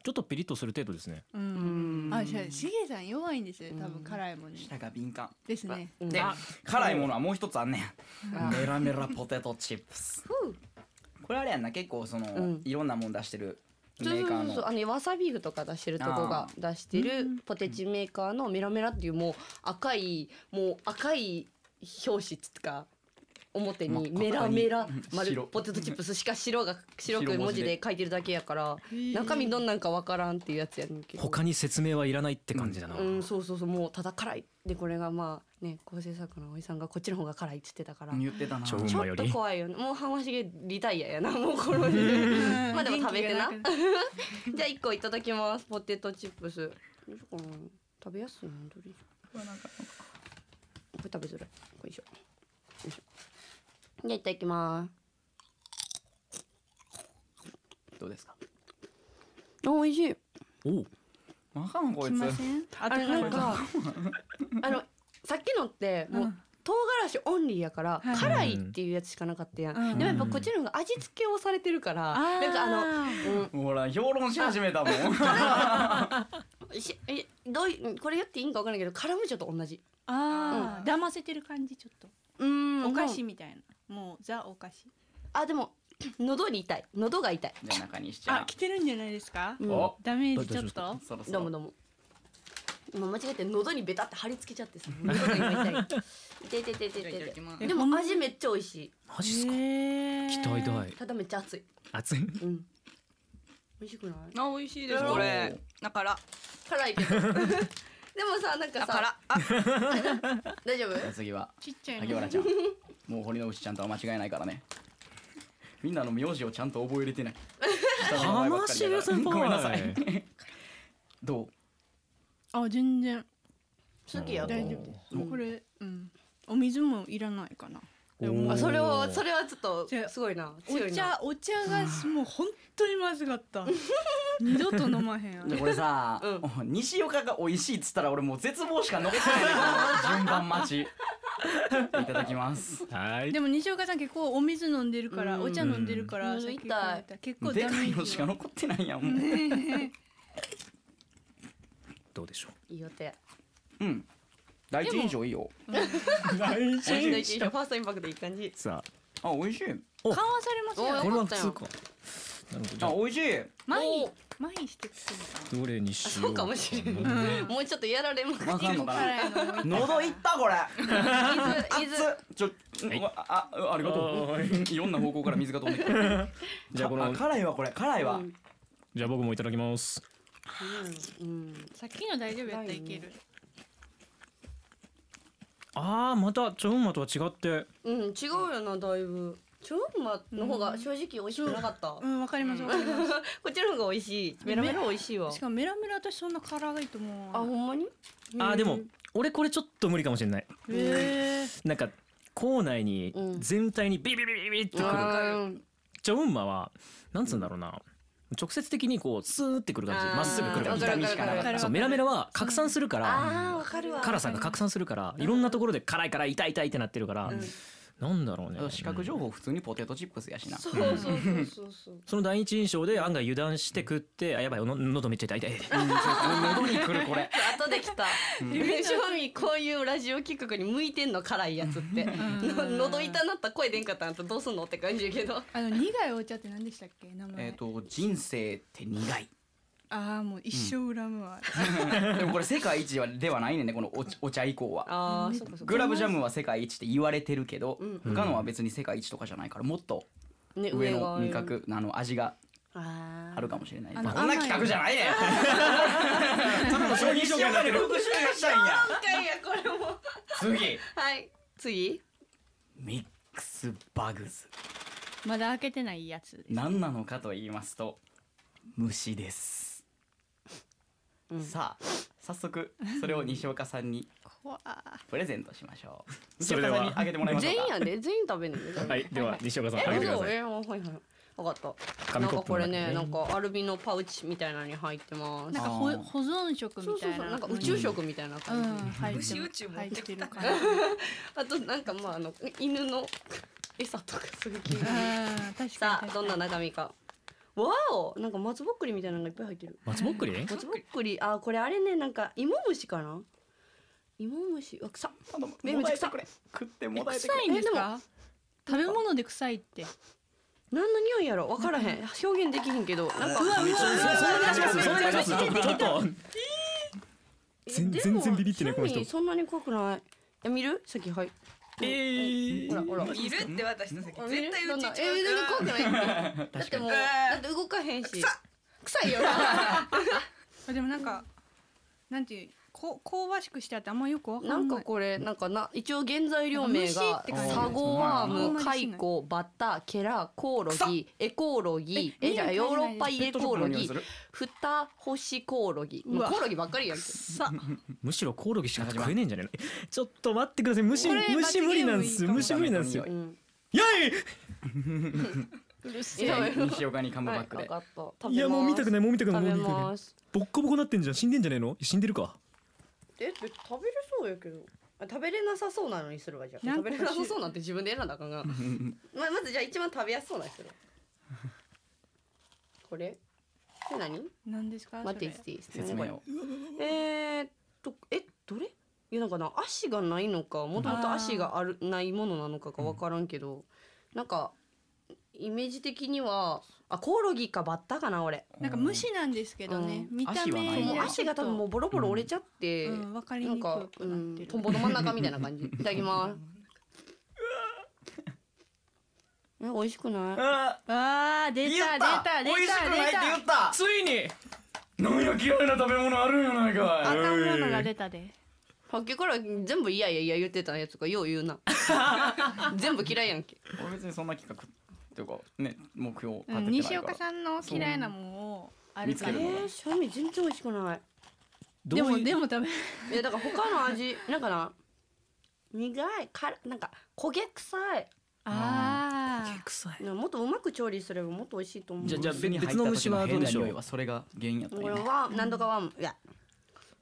[SPEAKER 3] ちょっとピリッとする程度ですね
[SPEAKER 7] う
[SPEAKER 4] うんん
[SPEAKER 7] あじゃあしげさん弱いんですよ多
[SPEAKER 4] う
[SPEAKER 7] 分
[SPEAKER 4] ん
[SPEAKER 7] 辛いもんね
[SPEAKER 2] 舌が敏感
[SPEAKER 7] ですね
[SPEAKER 4] うん
[SPEAKER 2] で
[SPEAKER 4] あ
[SPEAKER 2] 辛いものはもう一つあんね
[SPEAKER 4] あ
[SPEAKER 2] んメラメラポテトチップス
[SPEAKER 4] ふう
[SPEAKER 2] これあれやんな結構その、
[SPEAKER 4] うん
[SPEAKER 2] いろんなもん出してるメ
[SPEAKER 4] そうそ
[SPEAKER 2] ー
[SPEAKER 4] う
[SPEAKER 2] カー
[SPEAKER 4] そう
[SPEAKER 2] の
[SPEAKER 4] そうあのわさビーフとか出してるとこが出してるポテチメーカーのメラメラっていうもう赤いもう赤い表紙っつうか表に
[SPEAKER 2] ま
[SPEAKER 4] メラメラ
[SPEAKER 2] 赤いうん
[SPEAKER 4] 丸
[SPEAKER 2] 白
[SPEAKER 4] ポテトチップスしか白が白く
[SPEAKER 2] 白
[SPEAKER 4] 文
[SPEAKER 2] 文
[SPEAKER 4] 字
[SPEAKER 2] 字
[SPEAKER 4] で
[SPEAKER 2] で
[SPEAKER 4] 書いてるだけやから中
[SPEAKER 7] 中
[SPEAKER 4] 身
[SPEAKER 7] 身
[SPEAKER 4] ど
[SPEAKER 7] どん
[SPEAKER 4] んなんかわからんっていうやつやねんけど
[SPEAKER 3] 他に説明はいらないって感じだな、
[SPEAKER 4] うんそうそうそうもうただ辛いでこれがまあね構成作のおじさんがこっちの方が辛いっつってたから
[SPEAKER 2] 言ってたな
[SPEAKER 3] ちょ
[SPEAKER 4] ちょ
[SPEAKER 3] 馬
[SPEAKER 4] っ
[SPEAKER 3] よ
[SPEAKER 4] と
[SPEAKER 3] り
[SPEAKER 4] 怖いよねもう浜重リタイアやなもうこの時点でまあでも食べてなじゃあ一個いただきます。ポテトチップス。どうしようかな食べやすいのどれにしようこれ食べづらい。これでしょ。よいしょじゃあいただきま
[SPEAKER 2] どうですか
[SPEAKER 4] す。お美味しい。
[SPEAKER 3] おう
[SPEAKER 2] わかんこい
[SPEAKER 7] き
[SPEAKER 2] つ
[SPEAKER 7] ません
[SPEAKER 4] あとなんかあのさっきのってもう、
[SPEAKER 7] うん
[SPEAKER 4] 唐辛子オンリーやから、
[SPEAKER 7] はい
[SPEAKER 4] 辛いっていうやつしかなかったやん、
[SPEAKER 7] うん
[SPEAKER 4] でもやっぱこっちの方が味付けをされてるから、なんかあのうん
[SPEAKER 2] ほら評論し始めたもん。
[SPEAKER 4] しえどういこれ言っていいんか分からないけどカラムチョと同じ
[SPEAKER 7] あ
[SPEAKER 5] うん
[SPEAKER 7] あ、騙せてる感じちょっと。
[SPEAKER 4] うん
[SPEAKER 7] お菓
[SPEAKER 4] も
[SPEAKER 7] 子
[SPEAKER 4] う
[SPEAKER 7] みたいな。もうザお菓子。
[SPEAKER 4] あでも喉に痛い喉が痛い、
[SPEAKER 2] じゃあ中西ちゃ
[SPEAKER 7] あ
[SPEAKER 2] ん、
[SPEAKER 7] 来。てるんじゃないですか
[SPEAKER 4] う。ん
[SPEAKER 2] お
[SPEAKER 7] ダメージちょっ
[SPEAKER 3] ど
[SPEAKER 7] と。
[SPEAKER 2] そろそ
[SPEAKER 4] どうも
[SPEAKER 2] ろ。
[SPEAKER 4] どうも今間違えて喉にベタって貼り付けちゃってさ 喉が今痛い痛い痛い痛い痛い
[SPEAKER 5] じゃあいただき
[SPEAKER 4] 痛
[SPEAKER 5] ま
[SPEAKER 4] い
[SPEAKER 5] す
[SPEAKER 4] でも味めっちゃ美味しい
[SPEAKER 3] マジっすか。期待大。
[SPEAKER 4] ただめっちゃ熱い
[SPEAKER 3] 熱い。
[SPEAKER 4] うん美味しくない
[SPEAKER 5] あ美味しいですこれだから
[SPEAKER 4] 辛いけど でもさなんか
[SPEAKER 5] だか
[SPEAKER 4] さ
[SPEAKER 5] らあ
[SPEAKER 4] 大丈夫
[SPEAKER 2] じゃあ次は
[SPEAKER 7] ちっちゃい
[SPEAKER 2] 萩
[SPEAKER 7] の。
[SPEAKER 2] 原ちゃん。もう堀之内ちゃんとは間違えないからね。みんなの名字をちゃんと覚えれてない。下の名前ばっかりだから
[SPEAKER 3] 浜島先輩
[SPEAKER 2] ごめんなさい。どう？
[SPEAKER 7] あ全然
[SPEAKER 4] 好きや
[SPEAKER 7] 大丈夫ですす。これうん。お水もいらないかな。
[SPEAKER 3] お
[SPEAKER 7] うん
[SPEAKER 3] ー
[SPEAKER 4] あそれはそれはちょっと
[SPEAKER 7] じゃあ
[SPEAKER 4] すごいな
[SPEAKER 7] お
[SPEAKER 4] 強いな
[SPEAKER 7] 茶お茶がもう本当にまず かった。二度と飲まへんわ。
[SPEAKER 2] じゃあこれさ、西岡が美味しいっつったら俺もう絶望しか残ってないねこの順番待ち。いただきます。
[SPEAKER 3] はい。
[SPEAKER 7] でも西岡さん結構お水飲んでるから、
[SPEAKER 4] うん
[SPEAKER 7] お茶飲んでるから、
[SPEAKER 4] うん
[SPEAKER 7] さっきから言った結構
[SPEAKER 2] で
[SPEAKER 7] ダメ
[SPEAKER 2] かい
[SPEAKER 7] ー
[SPEAKER 2] のし
[SPEAKER 7] ジ
[SPEAKER 2] か
[SPEAKER 7] は
[SPEAKER 2] 残ってないやんもう。
[SPEAKER 3] どうでしょ
[SPEAKER 4] いいよ手
[SPEAKER 2] うん。第一印象いいよ。
[SPEAKER 3] う。大
[SPEAKER 4] 第一印象ファーストインパクトいい感じ
[SPEAKER 3] さあ、
[SPEAKER 2] あ美味しい。
[SPEAKER 7] 緩和されます
[SPEAKER 4] お
[SPEAKER 7] よ
[SPEAKER 3] こ
[SPEAKER 7] ね
[SPEAKER 4] い
[SPEAKER 3] れは普通か。なるほど。じゃ
[SPEAKER 2] あ
[SPEAKER 3] あ
[SPEAKER 2] 美味しい。
[SPEAKER 7] 麻
[SPEAKER 4] お
[SPEAKER 7] 痺
[SPEAKER 4] ー
[SPEAKER 7] 麻痺してくる
[SPEAKER 3] どれにしよ
[SPEAKER 4] そう
[SPEAKER 3] う。
[SPEAKER 4] かもしれな
[SPEAKER 7] ない
[SPEAKER 4] もうちょっとやられまく
[SPEAKER 2] わかんのかな。
[SPEAKER 7] 辛いの
[SPEAKER 2] 喉いったこれ。
[SPEAKER 4] 伊
[SPEAKER 2] 熱
[SPEAKER 4] 豆伊
[SPEAKER 2] っ
[SPEAKER 4] 豆。
[SPEAKER 2] ちょ、うんああありがと
[SPEAKER 3] お
[SPEAKER 2] う。いろんな方向から水が飛んできた。
[SPEAKER 3] じゃあこの
[SPEAKER 2] あ辛いわこれ辛いわ。
[SPEAKER 4] うん
[SPEAKER 3] じゃあ僕もいただきます。
[SPEAKER 4] うんうん
[SPEAKER 7] さっきの大丈夫やったらいける
[SPEAKER 3] ああ、またチョウンマとは違って。
[SPEAKER 4] うん、違うよな、だいぶ。チョウマの方が正直美味しくなかった。こ
[SPEAKER 7] うんわかりますわかりま
[SPEAKER 4] っちの方が美味しい。メラメラ美味しいわ
[SPEAKER 7] すし。かもメラメラ私そんな辛いと思う
[SPEAKER 4] あ、ほんまに。
[SPEAKER 3] ああ、でも俺これちょっと無理かもしれない。
[SPEAKER 7] へえ
[SPEAKER 3] なんか口内に
[SPEAKER 4] うん
[SPEAKER 3] 全体にビビビビビってくる。
[SPEAKER 4] うん。
[SPEAKER 3] チョウンマはなんつうんだろうな。直接的にこうスーってくる感
[SPEAKER 4] あ
[SPEAKER 3] じ。
[SPEAKER 4] ー
[SPEAKER 3] まっすぐくる感じ
[SPEAKER 4] わ。かるわかるわ
[SPEAKER 7] わ
[SPEAKER 4] か
[SPEAKER 7] か
[SPEAKER 4] る
[SPEAKER 7] る
[SPEAKER 3] そうメラメラは拡散するから。
[SPEAKER 4] あー、わかるわ。
[SPEAKER 3] 辛さが拡散するからいろんなところで辛い辛い痛い痛いってなってるから、なんだろうね
[SPEAKER 2] 視覚情報普通にポテトチップスやしな。
[SPEAKER 4] そうそうそうそうそう。
[SPEAKER 3] その第一印象で案外油断して食って、あやばいの喉めっちゃ痛い痛い痛い
[SPEAKER 2] 喉にくるこれ。
[SPEAKER 4] 後で来た。夢正味こういうラジオ企画に向いてんの辛いやつって。の喉痛なったら声出んかったんとどうすんのって感じやけど。
[SPEAKER 7] あの苦いお茶って何でしたっけ名前
[SPEAKER 2] えっと人生って苦い。
[SPEAKER 7] ああもう一生恨むわ
[SPEAKER 2] でもこれ世界一はではないねんねこのお茶お茶以降は。
[SPEAKER 4] ああ、そっかそっ
[SPEAKER 2] グ
[SPEAKER 4] か。
[SPEAKER 2] ラブジャムは世界一って言われてるけど、
[SPEAKER 4] うん
[SPEAKER 2] 他のは別に世界一とかじゃないからもっと
[SPEAKER 4] ね、
[SPEAKER 2] 上
[SPEAKER 4] が
[SPEAKER 2] の味。覚あの味が
[SPEAKER 4] ああ。
[SPEAKER 2] あるかもしれない。ま
[SPEAKER 7] あの
[SPEAKER 2] あこんな
[SPEAKER 7] 甘い
[SPEAKER 2] 企画じゃないね。ただの商品紹介にな ってる。復習したいんや。
[SPEAKER 4] 今回や、これも。
[SPEAKER 2] 次
[SPEAKER 4] はい。次。
[SPEAKER 2] ミックスバグズ
[SPEAKER 7] まだ開けてないやつ
[SPEAKER 2] 何なのかと言いますと虫です、
[SPEAKER 4] うん
[SPEAKER 2] さあ早速それを西岡さんに
[SPEAKER 7] 怖
[SPEAKER 2] プレゼントしましょう 西
[SPEAKER 3] それで
[SPEAKER 2] 岡さ
[SPEAKER 3] は
[SPEAKER 2] んにあげてもらいましょう
[SPEAKER 4] 全
[SPEAKER 2] か
[SPEAKER 4] 員やで、全員食べんねんで。
[SPEAKER 3] はい、では西岡さん
[SPEAKER 4] え、
[SPEAKER 3] あげてくだ
[SPEAKER 4] 嘘
[SPEAKER 3] さい。
[SPEAKER 4] え、はいはい。分かった。
[SPEAKER 3] 紙
[SPEAKER 4] なんか
[SPEAKER 3] コップ
[SPEAKER 4] こ
[SPEAKER 3] の
[SPEAKER 4] れ
[SPEAKER 3] 中に
[SPEAKER 4] ね、なんかアルミのパウチみたいなのに入ってま
[SPEAKER 7] なん
[SPEAKER 4] す。
[SPEAKER 7] か
[SPEAKER 2] あ
[SPEAKER 7] ほ
[SPEAKER 2] ー
[SPEAKER 7] 保存食
[SPEAKER 4] そう
[SPEAKER 7] み
[SPEAKER 4] そ
[SPEAKER 7] た
[SPEAKER 4] う
[SPEAKER 7] い
[SPEAKER 4] そう、
[SPEAKER 7] な
[SPEAKER 4] なんか宇宙食みたいな
[SPEAKER 7] うん
[SPEAKER 4] 感じ。
[SPEAKER 7] 入って
[SPEAKER 5] 牛
[SPEAKER 7] る
[SPEAKER 5] 宇宙持
[SPEAKER 7] 入
[SPEAKER 5] っ
[SPEAKER 7] ってて
[SPEAKER 5] き
[SPEAKER 7] る
[SPEAKER 5] たか
[SPEAKER 7] からら
[SPEAKER 4] あとなんかまああの犬の餌とかそういう系
[SPEAKER 7] あー確かに
[SPEAKER 4] さあ
[SPEAKER 7] 確か
[SPEAKER 4] ど
[SPEAKER 7] に
[SPEAKER 4] んな中身か。わお、なんか松ぼっくりみたいなのがいっぱい入ってる。
[SPEAKER 3] 松ぼっくり？
[SPEAKER 4] 松ぼっくり、あこれあれねなんか芋虫かな。芋虫、わ草。
[SPEAKER 2] 頼む
[SPEAKER 4] め
[SPEAKER 2] も
[SPEAKER 4] め
[SPEAKER 2] だ
[SPEAKER 4] ち
[SPEAKER 2] え
[SPEAKER 4] ゃ
[SPEAKER 2] て
[SPEAKER 4] 臭
[SPEAKER 2] くれ食ってもだえてく
[SPEAKER 7] 臭
[SPEAKER 2] れ
[SPEAKER 7] いんです
[SPEAKER 4] えで
[SPEAKER 7] か食べ物で臭いって
[SPEAKER 4] 何の匂いやろわからへん。表現できへんけど、なんか。
[SPEAKER 3] そんな感じします。そんな感じします。ちょっと全
[SPEAKER 4] でも
[SPEAKER 3] 全然ビビってないこの人
[SPEAKER 4] 正味そんなに怖くない。え見る？先はい。
[SPEAKER 3] えー
[SPEAKER 4] ほらほら。
[SPEAKER 5] いるって私の席絶対うち行っち
[SPEAKER 4] えー、
[SPEAKER 5] ゃう
[SPEAKER 4] 全
[SPEAKER 5] から
[SPEAKER 4] 然怖くないって。だってもう、だって動かへんし。臭いよな。
[SPEAKER 7] あでもなんかなんていうこ香ばしくしてあってあんまよくわかんな
[SPEAKER 4] ないんかこれ、なんかな、一応原材料名
[SPEAKER 7] 虫っ
[SPEAKER 4] が
[SPEAKER 7] て。
[SPEAKER 2] 感じ
[SPEAKER 4] サゴワー
[SPEAKER 7] あん
[SPEAKER 4] ム、
[SPEAKER 7] まりし
[SPEAKER 4] カ
[SPEAKER 7] ない
[SPEAKER 4] イコ、バッタ、ケラ、コオロギ、エコオロギ。
[SPEAKER 7] え
[SPEAKER 4] え、じゃあ、
[SPEAKER 7] 見え
[SPEAKER 4] ヨ
[SPEAKER 7] ない
[SPEAKER 4] ーロッパ
[SPEAKER 2] ペ
[SPEAKER 4] イエ
[SPEAKER 2] ット
[SPEAKER 4] コ
[SPEAKER 2] ボ
[SPEAKER 4] オ
[SPEAKER 2] トル
[SPEAKER 4] ロ
[SPEAKER 2] の匂い
[SPEAKER 4] ギ
[SPEAKER 2] す。る
[SPEAKER 4] フタホシコオロギ。
[SPEAKER 7] うわ
[SPEAKER 4] コオロギばっかりやんけ。
[SPEAKER 7] さ
[SPEAKER 3] むしろコオロギしか食えねえんじゃないの？ちょっと待ってください。虫
[SPEAKER 7] これ
[SPEAKER 3] 虫無理なんですよ。
[SPEAKER 7] 罰
[SPEAKER 3] 虫
[SPEAKER 7] ゲ
[SPEAKER 2] ー
[SPEAKER 3] 無
[SPEAKER 2] ムい
[SPEAKER 3] 理
[SPEAKER 2] いかも
[SPEAKER 3] なんですよ
[SPEAKER 4] う。ん。
[SPEAKER 3] やい。
[SPEAKER 7] うるせ
[SPEAKER 4] え
[SPEAKER 7] え
[SPEAKER 4] やばい
[SPEAKER 2] 西岡にカム
[SPEAKER 4] はい、
[SPEAKER 2] バッ
[SPEAKER 4] わ
[SPEAKER 2] クで、
[SPEAKER 4] かった。食べます
[SPEAKER 3] いやもう見たくないもう見たくない
[SPEAKER 4] 食
[SPEAKER 3] もう
[SPEAKER 4] べ
[SPEAKER 3] 見たくない
[SPEAKER 4] ま。す。
[SPEAKER 3] ボッコボコなってんじゃん。死んでんじゃねえの？死んでるか。
[SPEAKER 4] え、食べれそうやけど。食べれなさそうなのにするわじゃあ
[SPEAKER 7] なん
[SPEAKER 4] 食
[SPEAKER 7] か
[SPEAKER 4] べれなさそうなんて自分で選んだらあかんがままずじゃあ一番食べやすそうなのにするわこれこれ何
[SPEAKER 7] 何ですか
[SPEAKER 4] 待って
[SPEAKER 7] それ
[SPEAKER 4] ていいですか
[SPEAKER 2] 説明を
[SPEAKER 4] えーっとえどれいやなんかな足がないのかもともと足があるないものなのかが分からんけど、なんかイメージ的にはあコオロギかバッタかな俺
[SPEAKER 7] なんか無視なんですけどね、
[SPEAKER 4] う
[SPEAKER 7] 見た目
[SPEAKER 2] 足はない
[SPEAKER 4] もう
[SPEAKER 2] や
[SPEAKER 4] 足が多分もうボロボロ折れちゃって、
[SPEAKER 7] うん、わかり
[SPEAKER 4] な
[SPEAKER 7] に
[SPEAKER 4] ん
[SPEAKER 7] く
[SPEAKER 4] か、
[SPEAKER 7] く
[SPEAKER 4] う
[SPEAKER 7] なって
[SPEAKER 4] ん
[SPEAKER 7] る、
[SPEAKER 4] トンボの真ん中みたいな感じいただきますえ美味しくない
[SPEAKER 2] あ
[SPEAKER 7] あ
[SPEAKER 2] ー
[SPEAKER 7] ー出
[SPEAKER 2] 言った
[SPEAKER 7] 出
[SPEAKER 2] た
[SPEAKER 7] た出
[SPEAKER 2] 美味しく
[SPEAKER 7] た
[SPEAKER 2] ないっ
[SPEAKER 7] 出
[SPEAKER 2] て言
[SPEAKER 7] た
[SPEAKER 2] った
[SPEAKER 3] ついに
[SPEAKER 2] なんや嫌いな食べ物あるんやないか
[SPEAKER 6] 赤
[SPEAKER 2] い
[SPEAKER 6] いものが出たで
[SPEAKER 4] さっきから全部いやいやいや言ってたやつがよう言う な全部嫌いやんけ
[SPEAKER 2] 俺別にそんな企画っていうかね目標立てて
[SPEAKER 6] う
[SPEAKER 2] ない
[SPEAKER 6] ん
[SPEAKER 2] から
[SPEAKER 6] 西岡さんの嫌いなもんをある
[SPEAKER 2] 見つ
[SPEAKER 6] か
[SPEAKER 2] け
[SPEAKER 4] え
[SPEAKER 6] ら
[SPEAKER 2] る
[SPEAKER 4] ー、シャミ全然美味しくない
[SPEAKER 3] どう
[SPEAKER 7] でも
[SPEAKER 3] いう
[SPEAKER 7] でも食べ
[SPEAKER 4] いやだから他の味なんかな苦いからなんか焦げ臭い
[SPEAKER 7] あ
[SPEAKER 3] 臭い
[SPEAKER 4] なんかもっとうまく調理すればもっと美味しいと思う
[SPEAKER 3] じゃじゃ
[SPEAKER 2] 口に入った
[SPEAKER 3] 別の虫はどうでしょ
[SPEAKER 2] 時の変な
[SPEAKER 3] う
[SPEAKER 2] 匂いはそれが原因やったん
[SPEAKER 4] これ
[SPEAKER 2] やな
[SPEAKER 4] は何度かワームいや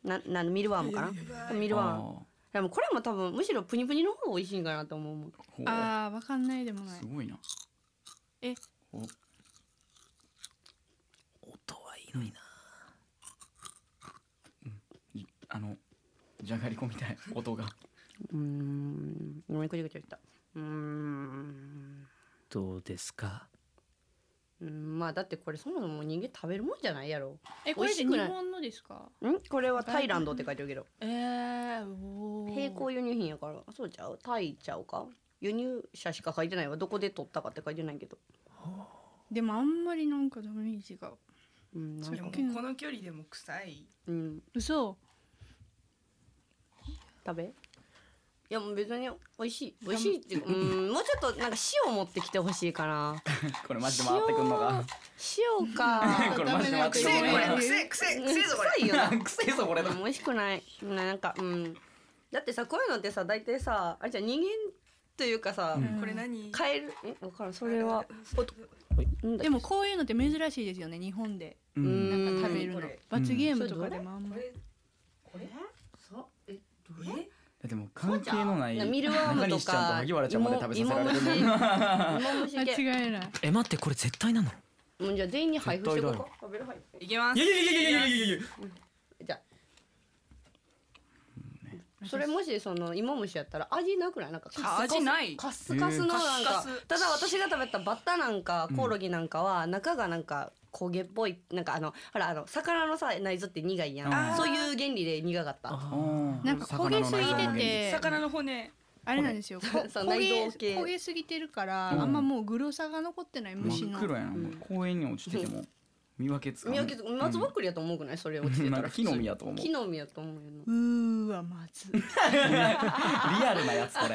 [SPEAKER 4] ななミルワームかなミルワーム
[SPEAKER 2] あ
[SPEAKER 4] でもこれも多分むしろプニプニの方が美味しいんかなと思うもん
[SPEAKER 2] ーほう
[SPEAKER 6] あーわかんないでもない
[SPEAKER 2] すごいな
[SPEAKER 6] え
[SPEAKER 2] お
[SPEAKER 3] 音はいいのにな
[SPEAKER 2] じあのじゃがりこみたいな音が
[SPEAKER 4] うーんごめんくちゃくちゃ言ったうーん
[SPEAKER 3] どうですか
[SPEAKER 4] うんまあだってこれそもそも人間食べるもんじゃないやろ
[SPEAKER 6] えこれって
[SPEAKER 4] 美味しく
[SPEAKER 6] 日
[SPEAKER 4] ない
[SPEAKER 6] 本のですか
[SPEAKER 4] んこれはタイランドって書いてるけど
[SPEAKER 7] ーえーおー
[SPEAKER 4] 並行輸入品やからそうちゃうタイちゃうか輸入者しか書いてないわどこで取ったかって書いてないけど
[SPEAKER 6] でもあんまりなんかダメージが
[SPEAKER 4] うんなん
[SPEAKER 5] で
[SPEAKER 4] か
[SPEAKER 5] もこの距離でも臭い
[SPEAKER 4] うん
[SPEAKER 7] 嘘
[SPEAKER 4] 食べいやもう別に美味しい美味しいっていうかうんもうちょっとなんか塩持ってきてほしいかな
[SPEAKER 2] これマジで回ってくんのが
[SPEAKER 4] 塩 か
[SPEAKER 2] これマジで回って
[SPEAKER 5] 癖
[SPEAKER 2] くん
[SPEAKER 5] こ
[SPEAKER 2] の
[SPEAKER 5] れ
[SPEAKER 2] が
[SPEAKER 5] 癖癖
[SPEAKER 4] うん
[SPEAKER 5] 癖ぞこれ
[SPEAKER 4] 臭いよ な
[SPEAKER 2] 臭いぞこれ
[SPEAKER 4] うん美味しくないなんかうんだってさこういうのってさ大体さあれじゃん人間というかさ、
[SPEAKER 2] うん
[SPEAKER 5] これ何
[SPEAKER 4] カエルえ分からんそれはなんだ
[SPEAKER 7] でもこういうのって珍しいですよね日本で
[SPEAKER 2] う
[SPEAKER 4] うん
[SPEAKER 7] なんか食べる
[SPEAKER 5] こ
[SPEAKER 7] の
[SPEAKER 5] れ
[SPEAKER 7] 罰ゲームとかでもあんま
[SPEAKER 5] こ
[SPEAKER 7] り
[SPEAKER 5] れこれ
[SPEAKER 4] そうえ
[SPEAKER 5] え
[SPEAKER 2] でも関係のない
[SPEAKER 4] ミルワームと
[SPEAKER 2] 中西ちゃんと
[SPEAKER 4] か
[SPEAKER 2] 萩原ちゃんまで食べさせられ
[SPEAKER 4] 芋芋
[SPEAKER 2] るの
[SPEAKER 4] 虫芋
[SPEAKER 6] 間
[SPEAKER 4] 虫系
[SPEAKER 6] 違えない
[SPEAKER 3] え待ってこれ絶対なの
[SPEAKER 4] もうじゃあ全員に配布していこうか
[SPEAKER 3] 絶
[SPEAKER 4] 食べる配布
[SPEAKER 5] いきます
[SPEAKER 2] いやいやいやいやいやいやいや
[SPEAKER 4] じゃあそれもしその芋虫やったら味なくないなんか
[SPEAKER 5] あ味ない
[SPEAKER 4] カッスカスのなん
[SPEAKER 5] カ
[SPEAKER 4] か
[SPEAKER 5] スカス
[SPEAKER 4] ただ私が食べたバッタなんか
[SPEAKER 2] うん
[SPEAKER 4] コオロギなんかは中がなんか焦げっぽいなんかあのほらあの魚のさ内臓って苦いやん
[SPEAKER 2] あー
[SPEAKER 4] そういう原理で苦かった
[SPEAKER 2] うん
[SPEAKER 6] なんか焦げすぎてて
[SPEAKER 5] 魚の骨
[SPEAKER 6] あれなんですよこ
[SPEAKER 4] そ
[SPEAKER 6] 焦
[SPEAKER 4] う内臓
[SPEAKER 6] げ
[SPEAKER 4] 系
[SPEAKER 6] 焦げすぎてるから
[SPEAKER 2] うん
[SPEAKER 6] あんまもうグロさが残ってない虫
[SPEAKER 2] 真
[SPEAKER 6] の
[SPEAKER 2] っ黒やな、
[SPEAKER 4] うん
[SPEAKER 2] 公園に落ちてても見分けつかん
[SPEAKER 4] 見分けつ松ぼっくりやと思うくないそれ落ちて
[SPEAKER 2] な
[SPEAKER 4] た
[SPEAKER 2] ん
[SPEAKER 4] ら
[SPEAKER 2] か木の実やと思う
[SPEAKER 4] 木の実やと思うよな
[SPEAKER 7] うーわまずい
[SPEAKER 2] リアルなやつこ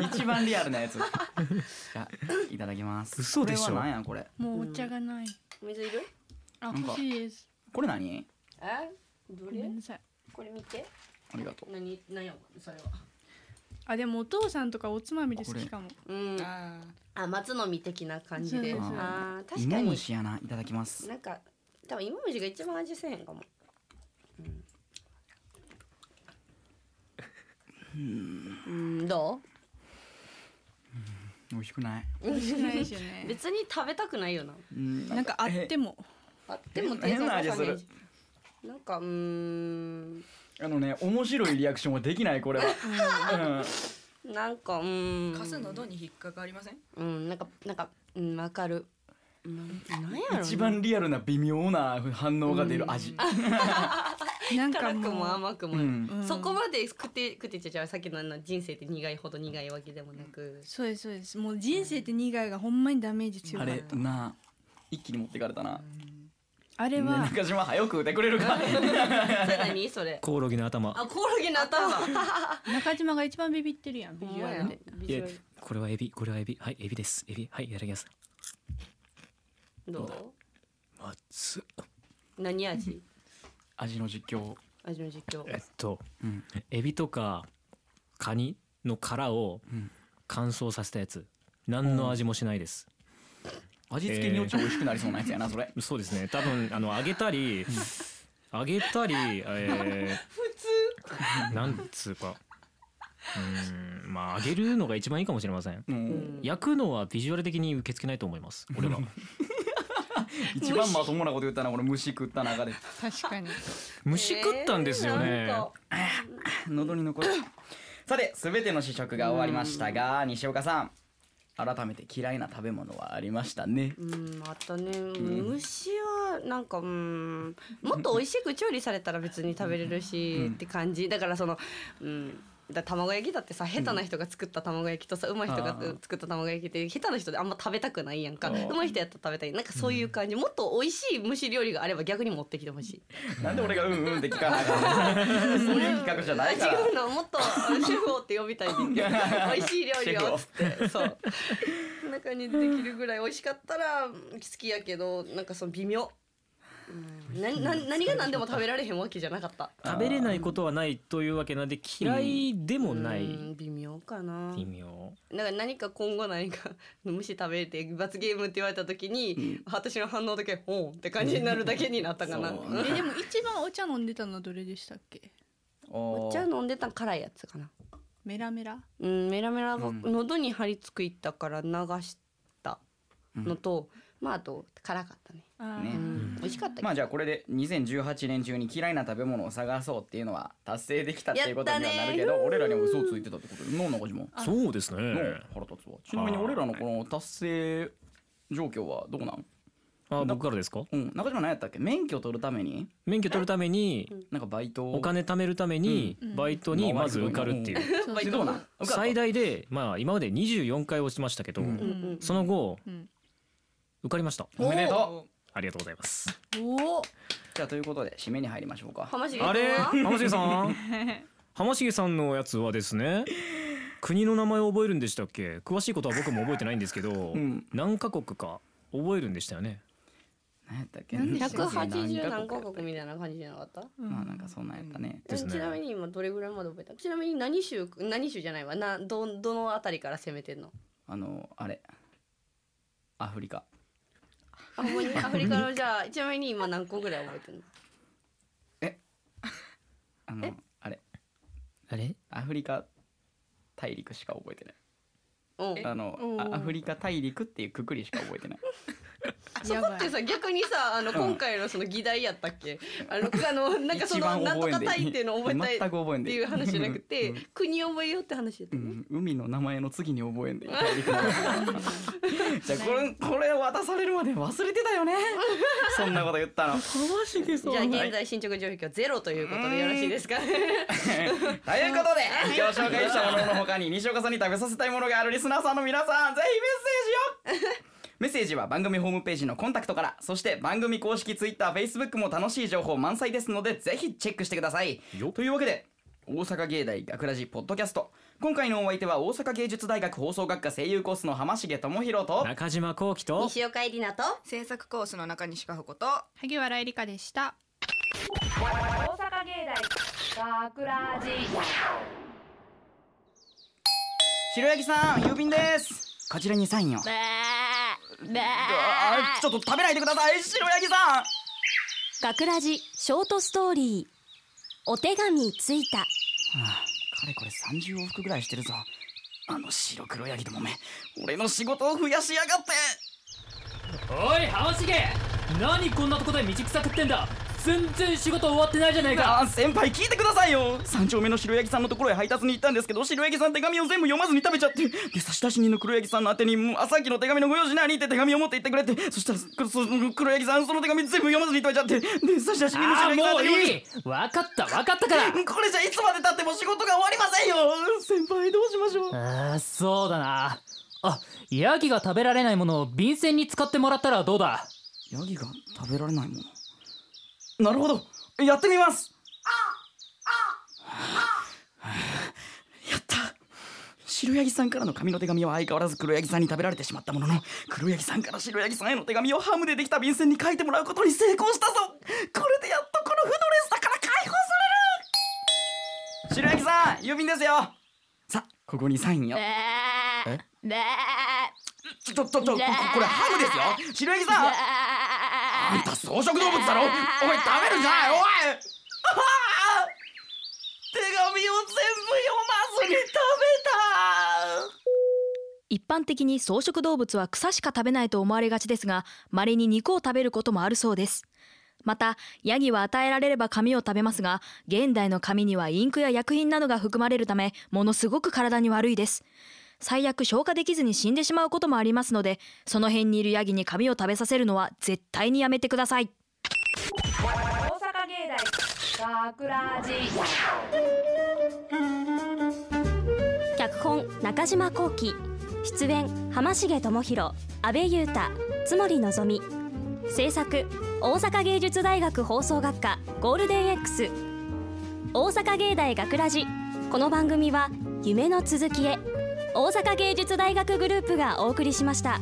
[SPEAKER 2] れ一番リアルなやつじゃあいただきます
[SPEAKER 3] 嘘でしょ
[SPEAKER 2] これは何やこれ
[SPEAKER 7] もうお茶がない
[SPEAKER 4] 水いる
[SPEAKER 2] な
[SPEAKER 7] あ
[SPEAKER 2] んか
[SPEAKER 7] 欲しいです
[SPEAKER 2] これ何
[SPEAKER 4] えど
[SPEAKER 7] ごめ
[SPEAKER 4] れ
[SPEAKER 7] んなさい
[SPEAKER 4] これ見て
[SPEAKER 2] ありがとう
[SPEAKER 4] 何何やそれは
[SPEAKER 6] あでもお父さんとかおつまみで好きかも
[SPEAKER 4] うん
[SPEAKER 5] あ
[SPEAKER 4] あ松の実的な感じで
[SPEAKER 7] そ
[SPEAKER 2] です
[SPEAKER 7] う
[SPEAKER 2] そうです
[SPEAKER 4] あー確か
[SPEAKER 2] 芋
[SPEAKER 4] に
[SPEAKER 2] 虫やないただきます
[SPEAKER 4] なんか多分芋虫が一番味せえへんかもうん、うん、ど
[SPEAKER 2] 美味しくない
[SPEAKER 6] 美味しくないです
[SPEAKER 4] う
[SPEAKER 6] よね
[SPEAKER 4] 別に食べたくないよな
[SPEAKER 2] うん
[SPEAKER 7] なんかあっても
[SPEAKER 4] あでも
[SPEAKER 2] 変な味する
[SPEAKER 4] なんかうーん
[SPEAKER 2] あのね面白いリアクションはできないこれは、
[SPEAKER 4] なんかうーん
[SPEAKER 5] カス喉に引っかかりません
[SPEAKER 4] うんなんかなんかうんわかるうんなんや
[SPEAKER 2] う
[SPEAKER 4] ろ
[SPEAKER 2] ん、
[SPEAKER 4] な
[SPEAKER 2] 一番リアルな微妙な反応が出る味
[SPEAKER 7] なん
[SPEAKER 4] 辛く
[SPEAKER 7] かもう
[SPEAKER 4] も甘く
[SPEAKER 2] う
[SPEAKER 4] も、
[SPEAKER 2] ん、
[SPEAKER 7] うん
[SPEAKER 4] そこまで食って食ってちゃちゃうさっきのあの人生って苦いほど苦いわけでもなく、
[SPEAKER 7] そうですそうですもう人生って苦いがほんまにダメージ強
[SPEAKER 2] あ
[SPEAKER 7] かった
[SPEAKER 2] れな一気に持ってかれたな、
[SPEAKER 7] あれ
[SPEAKER 2] ね
[SPEAKER 7] は
[SPEAKER 2] 中島早く食うてくれるか
[SPEAKER 4] それ何そ れ
[SPEAKER 3] コオロギの頭
[SPEAKER 4] あコオロギの頭
[SPEAKER 7] 中島が一番ビビってるやんビジュアルで
[SPEAKER 4] ビ
[SPEAKER 3] い
[SPEAKER 4] ジ
[SPEAKER 3] や
[SPEAKER 4] ュアル
[SPEAKER 3] これはエビこれはエビはいエビですエビはいいただきます
[SPEAKER 4] ど
[SPEAKER 2] ど
[SPEAKER 4] う
[SPEAKER 3] まずっ
[SPEAKER 4] 何味
[SPEAKER 2] 味の実況
[SPEAKER 4] 味の実況
[SPEAKER 3] えっと
[SPEAKER 2] うん
[SPEAKER 3] エビとかカニの殻を
[SPEAKER 2] うん
[SPEAKER 3] 乾燥させたやつ何の味もしないです、
[SPEAKER 2] 味付けによって美味しくなりそうなやつやなそれ
[SPEAKER 3] そうですね多分あの揚げたり揚げたり、えー、普通なんつうかうんまあ揚げるのが一番いいかもしれません
[SPEAKER 2] うん
[SPEAKER 3] 焼くのはビジュアル的に受け付けないと思います俺 は
[SPEAKER 2] 一番まともなこと言ったな俺虫食った中で
[SPEAKER 6] 確かに
[SPEAKER 3] 虫食ったんですよね、
[SPEAKER 2] 喉に残るさて全ての試食が終わりましたが西岡さん改めて嫌いな食べ物はありましたね
[SPEAKER 4] うん、あったね、
[SPEAKER 2] ん
[SPEAKER 4] 虫はなんかうんもっと美味しく調理されたら別に食べれるし、
[SPEAKER 2] うん
[SPEAKER 4] って感じだからその、うん、だ卵焼きだってさ下手な人が作った卵焼きとさ上手い人
[SPEAKER 2] あ
[SPEAKER 4] が
[SPEAKER 2] ー
[SPEAKER 4] 作った卵焼きって下手な人であんま食べたくないやんか
[SPEAKER 2] あー
[SPEAKER 4] 上手い人やったら食べたいなんかそういう感じ、もっと美味しい虫料理があれば逆に持ってきてほしい
[SPEAKER 2] なんで俺がうんうんって聞かなあかんのそういう企画じゃないか
[SPEAKER 4] あ
[SPEAKER 2] ら
[SPEAKER 4] 違うのもっとあのシェフをって呼びたいんで美味しい料理をっつってそう中にできるぐらい美味しかったら好きやけどなんかその微妙うんなな何が何でも食べられへんわけじゃなかった
[SPEAKER 3] 食べれないことはないというわけなんで嫌いでもない
[SPEAKER 4] うん微妙かな
[SPEAKER 3] 微妙
[SPEAKER 4] なんか何か今後何か虫食べれて罰ゲームって言われた時に、私の反応だけ「ほん」って感じになるだけになったかな、
[SPEAKER 2] うんそう
[SPEAKER 6] えでも一番お茶飲んでたのどれでしたっけ
[SPEAKER 2] お
[SPEAKER 4] お茶飲んでた辛いやつかな
[SPEAKER 6] メラメラ
[SPEAKER 4] うん、メラメラが
[SPEAKER 2] うん
[SPEAKER 4] 喉に張り付いたから流したのと、まああと辛かったね、
[SPEAKER 7] あ
[SPEAKER 2] ね
[SPEAKER 7] ー
[SPEAKER 4] うん、美味しかったけど
[SPEAKER 2] まあじゃあこれで2018年中に嫌いな食べ物を探そうっていうのは達成できたっていうことにはなるけど俺らにも嘘をついてたってことで脳の中島
[SPEAKER 3] そうですね
[SPEAKER 2] の腹立つわちなみに俺らのこの達成状況はどうなん
[SPEAKER 3] あ僕からですか
[SPEAKER 2] うん中島何やったっけ免許取るために
[SPEAKER 3] 免許取るために
[SPEAKER 2] なんかバイトを
[SPEAKER 3] お金貯めるために
[SPEAKER 6] うん
[SPEAKER 3] バイトにまず受かるっていう
[SPEAKER 6] そう
[SPEAKER 2] でどうなん
[SPEAKER 3] 最大でまあ今まで24回落ちましたけど
[SPEAKER 2] うん
[SPEAKER 4] うんうん
[SPEAKER 3] その後
[SPEAKER 6] うん
[SPEAKER 3] 受かりました
[SPEAKER 2] おめでとう
[SPEAKER 3] ありがとうございます
[SPEAKER 6] おお
[SPEAKER 2] じゃあということで締めに入りましょうか
[SPEAKER 4] 浜重さん
[SPEAKER 3] あれ
[SPEAKER 4] は
[SPEAKER 3] 浜重さん浜重さんのやつはですね国の名前を覚えるんでしたっけ詳しいことは僕も覚えてないんですけど
[SPEAKER 2] うん
[SPEAKER 3] 何カ国か覚えるんでしたよね
[SPEAKER 2] 何やったっけ
[SPEAKER 6] 何でしたっけ
[SPEAKER 4] 180何カ国み
[SPEAKER 2] な
[SPEAKER 4] たいな感じじゃなかった
[SPEAKER 2] まあなんかそんなんやったね
[SPEAKER 4] え
[SPEAKER 3] ですね
[SPEAKER 4] ちなみに今どれぐらいまで覚えたちなみに何州何州じゃないわなどどのあたりから攻めてんの
[SPEAKER 2] あのあれアフリカ
[SPEAKER 4] あほんまにアフリカのじゃあちなみに今何個ぐらい覚えてんの
[SPEAKER 2] あのあれ
[SPEAKER 3] あれ
[SPEAKER 2] アフリカ大陸しか覚えてない
[SPEAKER 4] うん
[SPEAKER 2] あのあアフリカ大陸っていうくくりしか覚えてない
[SPEAKER 4] そこってさ逆にさあの
[SPEAKER 2] うん
[SPEAKER 4] 今回のその議題やったっけ、あのあの なんかそ
[SPEAKER 2] 一
[SPEAKER 4] の
[SPEAKER 2] 番
[SPEAKER 4] なんと
[SPEAKER 2] 覚え
[SPEAKER 4] か
[SPEAKER 2] んで
[SPEAKER 4] 隊っていうのを覚えたい
[SPEAKER 2] 全く覚えん
[SPEAKER 4] っ
[SPEAKER 2] で
[SPEAKER 4] ていう話じゃなくて、
[SPEAKER 2] うん
[SPEAKER 4] 国覚えようって話やった
[SPEAKER 2] う
[SPEAKER 4] ね、
[SPEAKER 2] ん、海の名前の次に覚 えんで大陸の名前じゃあこれこれ渡されるまで忘れてた よねそんなこと言ったの
[SPEAKER 4] じゃあ現在進捗状況ゼロということでよろしいですか
[SPEAKER 2] ということで今日紹介したものの他に西岡さんに食べさせたいものがあるリスナーさんの皆さんぜひメッセージをメッセージは番組ホームページのコンタクトからそして番組公式 TwitterFacebook も楽しい情報満載ですのでぜひチェックしてください
[SPEAKER 3] よ
[SPEAKER 2] というわけで大阪芸大学ラジポッドキャスト今回のお相手は大阪芸術大学放送学科声優コースの浜重智博と
[SPEAKER 3] 中島幸喜と
[SPEAKER 4] 西岡えりなと
[SPEAKER 5] 制作コースの中西加穂子と
[SPEAKER 6] 萩原絵梨香でした
[SPEAKER 1] 大阪芸大学ラジ
[SPEAKER 2] 白柳さん郵便ですこちらにサインをあちょっと食べないでください白柳さん
[SPEAKER 8] 学ラジショートストーリーお手紙ついた
[SPEAKER 2] はあ、かれこれ30往復ぐらいしてるぞあの白黒ヤギどもめ俺の仕事を増やしやがって
[SPEAKER 9] おい浜重何こんなとこで道草食ってんだ全然仕事終わってないじゃねえか
[SPEAKER 2] あ先輩聞いてくださいよ三丁目の白ヤギさんのところへ配達に行ったんですけど白ヤギさん手紙を全部読まずに食べちゃってで差出人の黒ヤギさんの宛てにもうあ「さっきの手紙のご用事何?」って手紙を持って行ってくれてそしたらくそ黒ヤギさんその手紙全部読まずに食べちゃってで差出人の
[SPEAKER 9] あ
[SPEAKER 2] 白
[SPEAKER 9] あ
[SPEAKER 2] ヤギさん
[SPEAKER 9] もう
[SPEAKER 2] 手紙
[SPEAKER 9] いい分かった分かったから
[SPEAKER 2] これじゃいつまでたっても仕事が終わりませんよ先輩どうしましょう
[SPEAKER 9] あーそうだなあヤギが食べられないものを便箋に使ってもらったらどうだ
[SPEAKER 2] ヤギが食べられないものなるほどやってみますやった白ヤギさんからの紙の手紙は相変わらず黒ヤギさんに食べられてしまったものの黒ヤギさんから白ヤギさんへの手紙をハムでできた便箋に書いてもらうことに成功したぞこれでやっとこのフドレスだから解放される白ヤギさん郵便ですよさここにサインよえちょちょちょここれハムですよ白ヤギさんあんた草食動物だ ろおい食べるんじゃないおいああ手紙を全部読まずに食
[SPEAKER 10] 一般的に草食動物は草しか食べないと思われがちですが稀に肉を食べることもあるそうですまたヤギは与えられれば紙を食べますが現代の紙にはインクや薬品などが含まれるためものすごく体に悪いです最悪消化できずに死んでしまうこともありますのでその辺にいるヤギに紙を食べさせるのは絶対にやめてください
[SPEAKER 1] 大阪芸大学ラジ
[SPEAKER 8] 脚本中島幸喜出演浜重智博阿部裕太津森望美制作大阪芸術大学放送学科ゴールデン X 大阪芸大学ラジこの番組は夢の続きへ大阪芸術大学グループがお送りしました。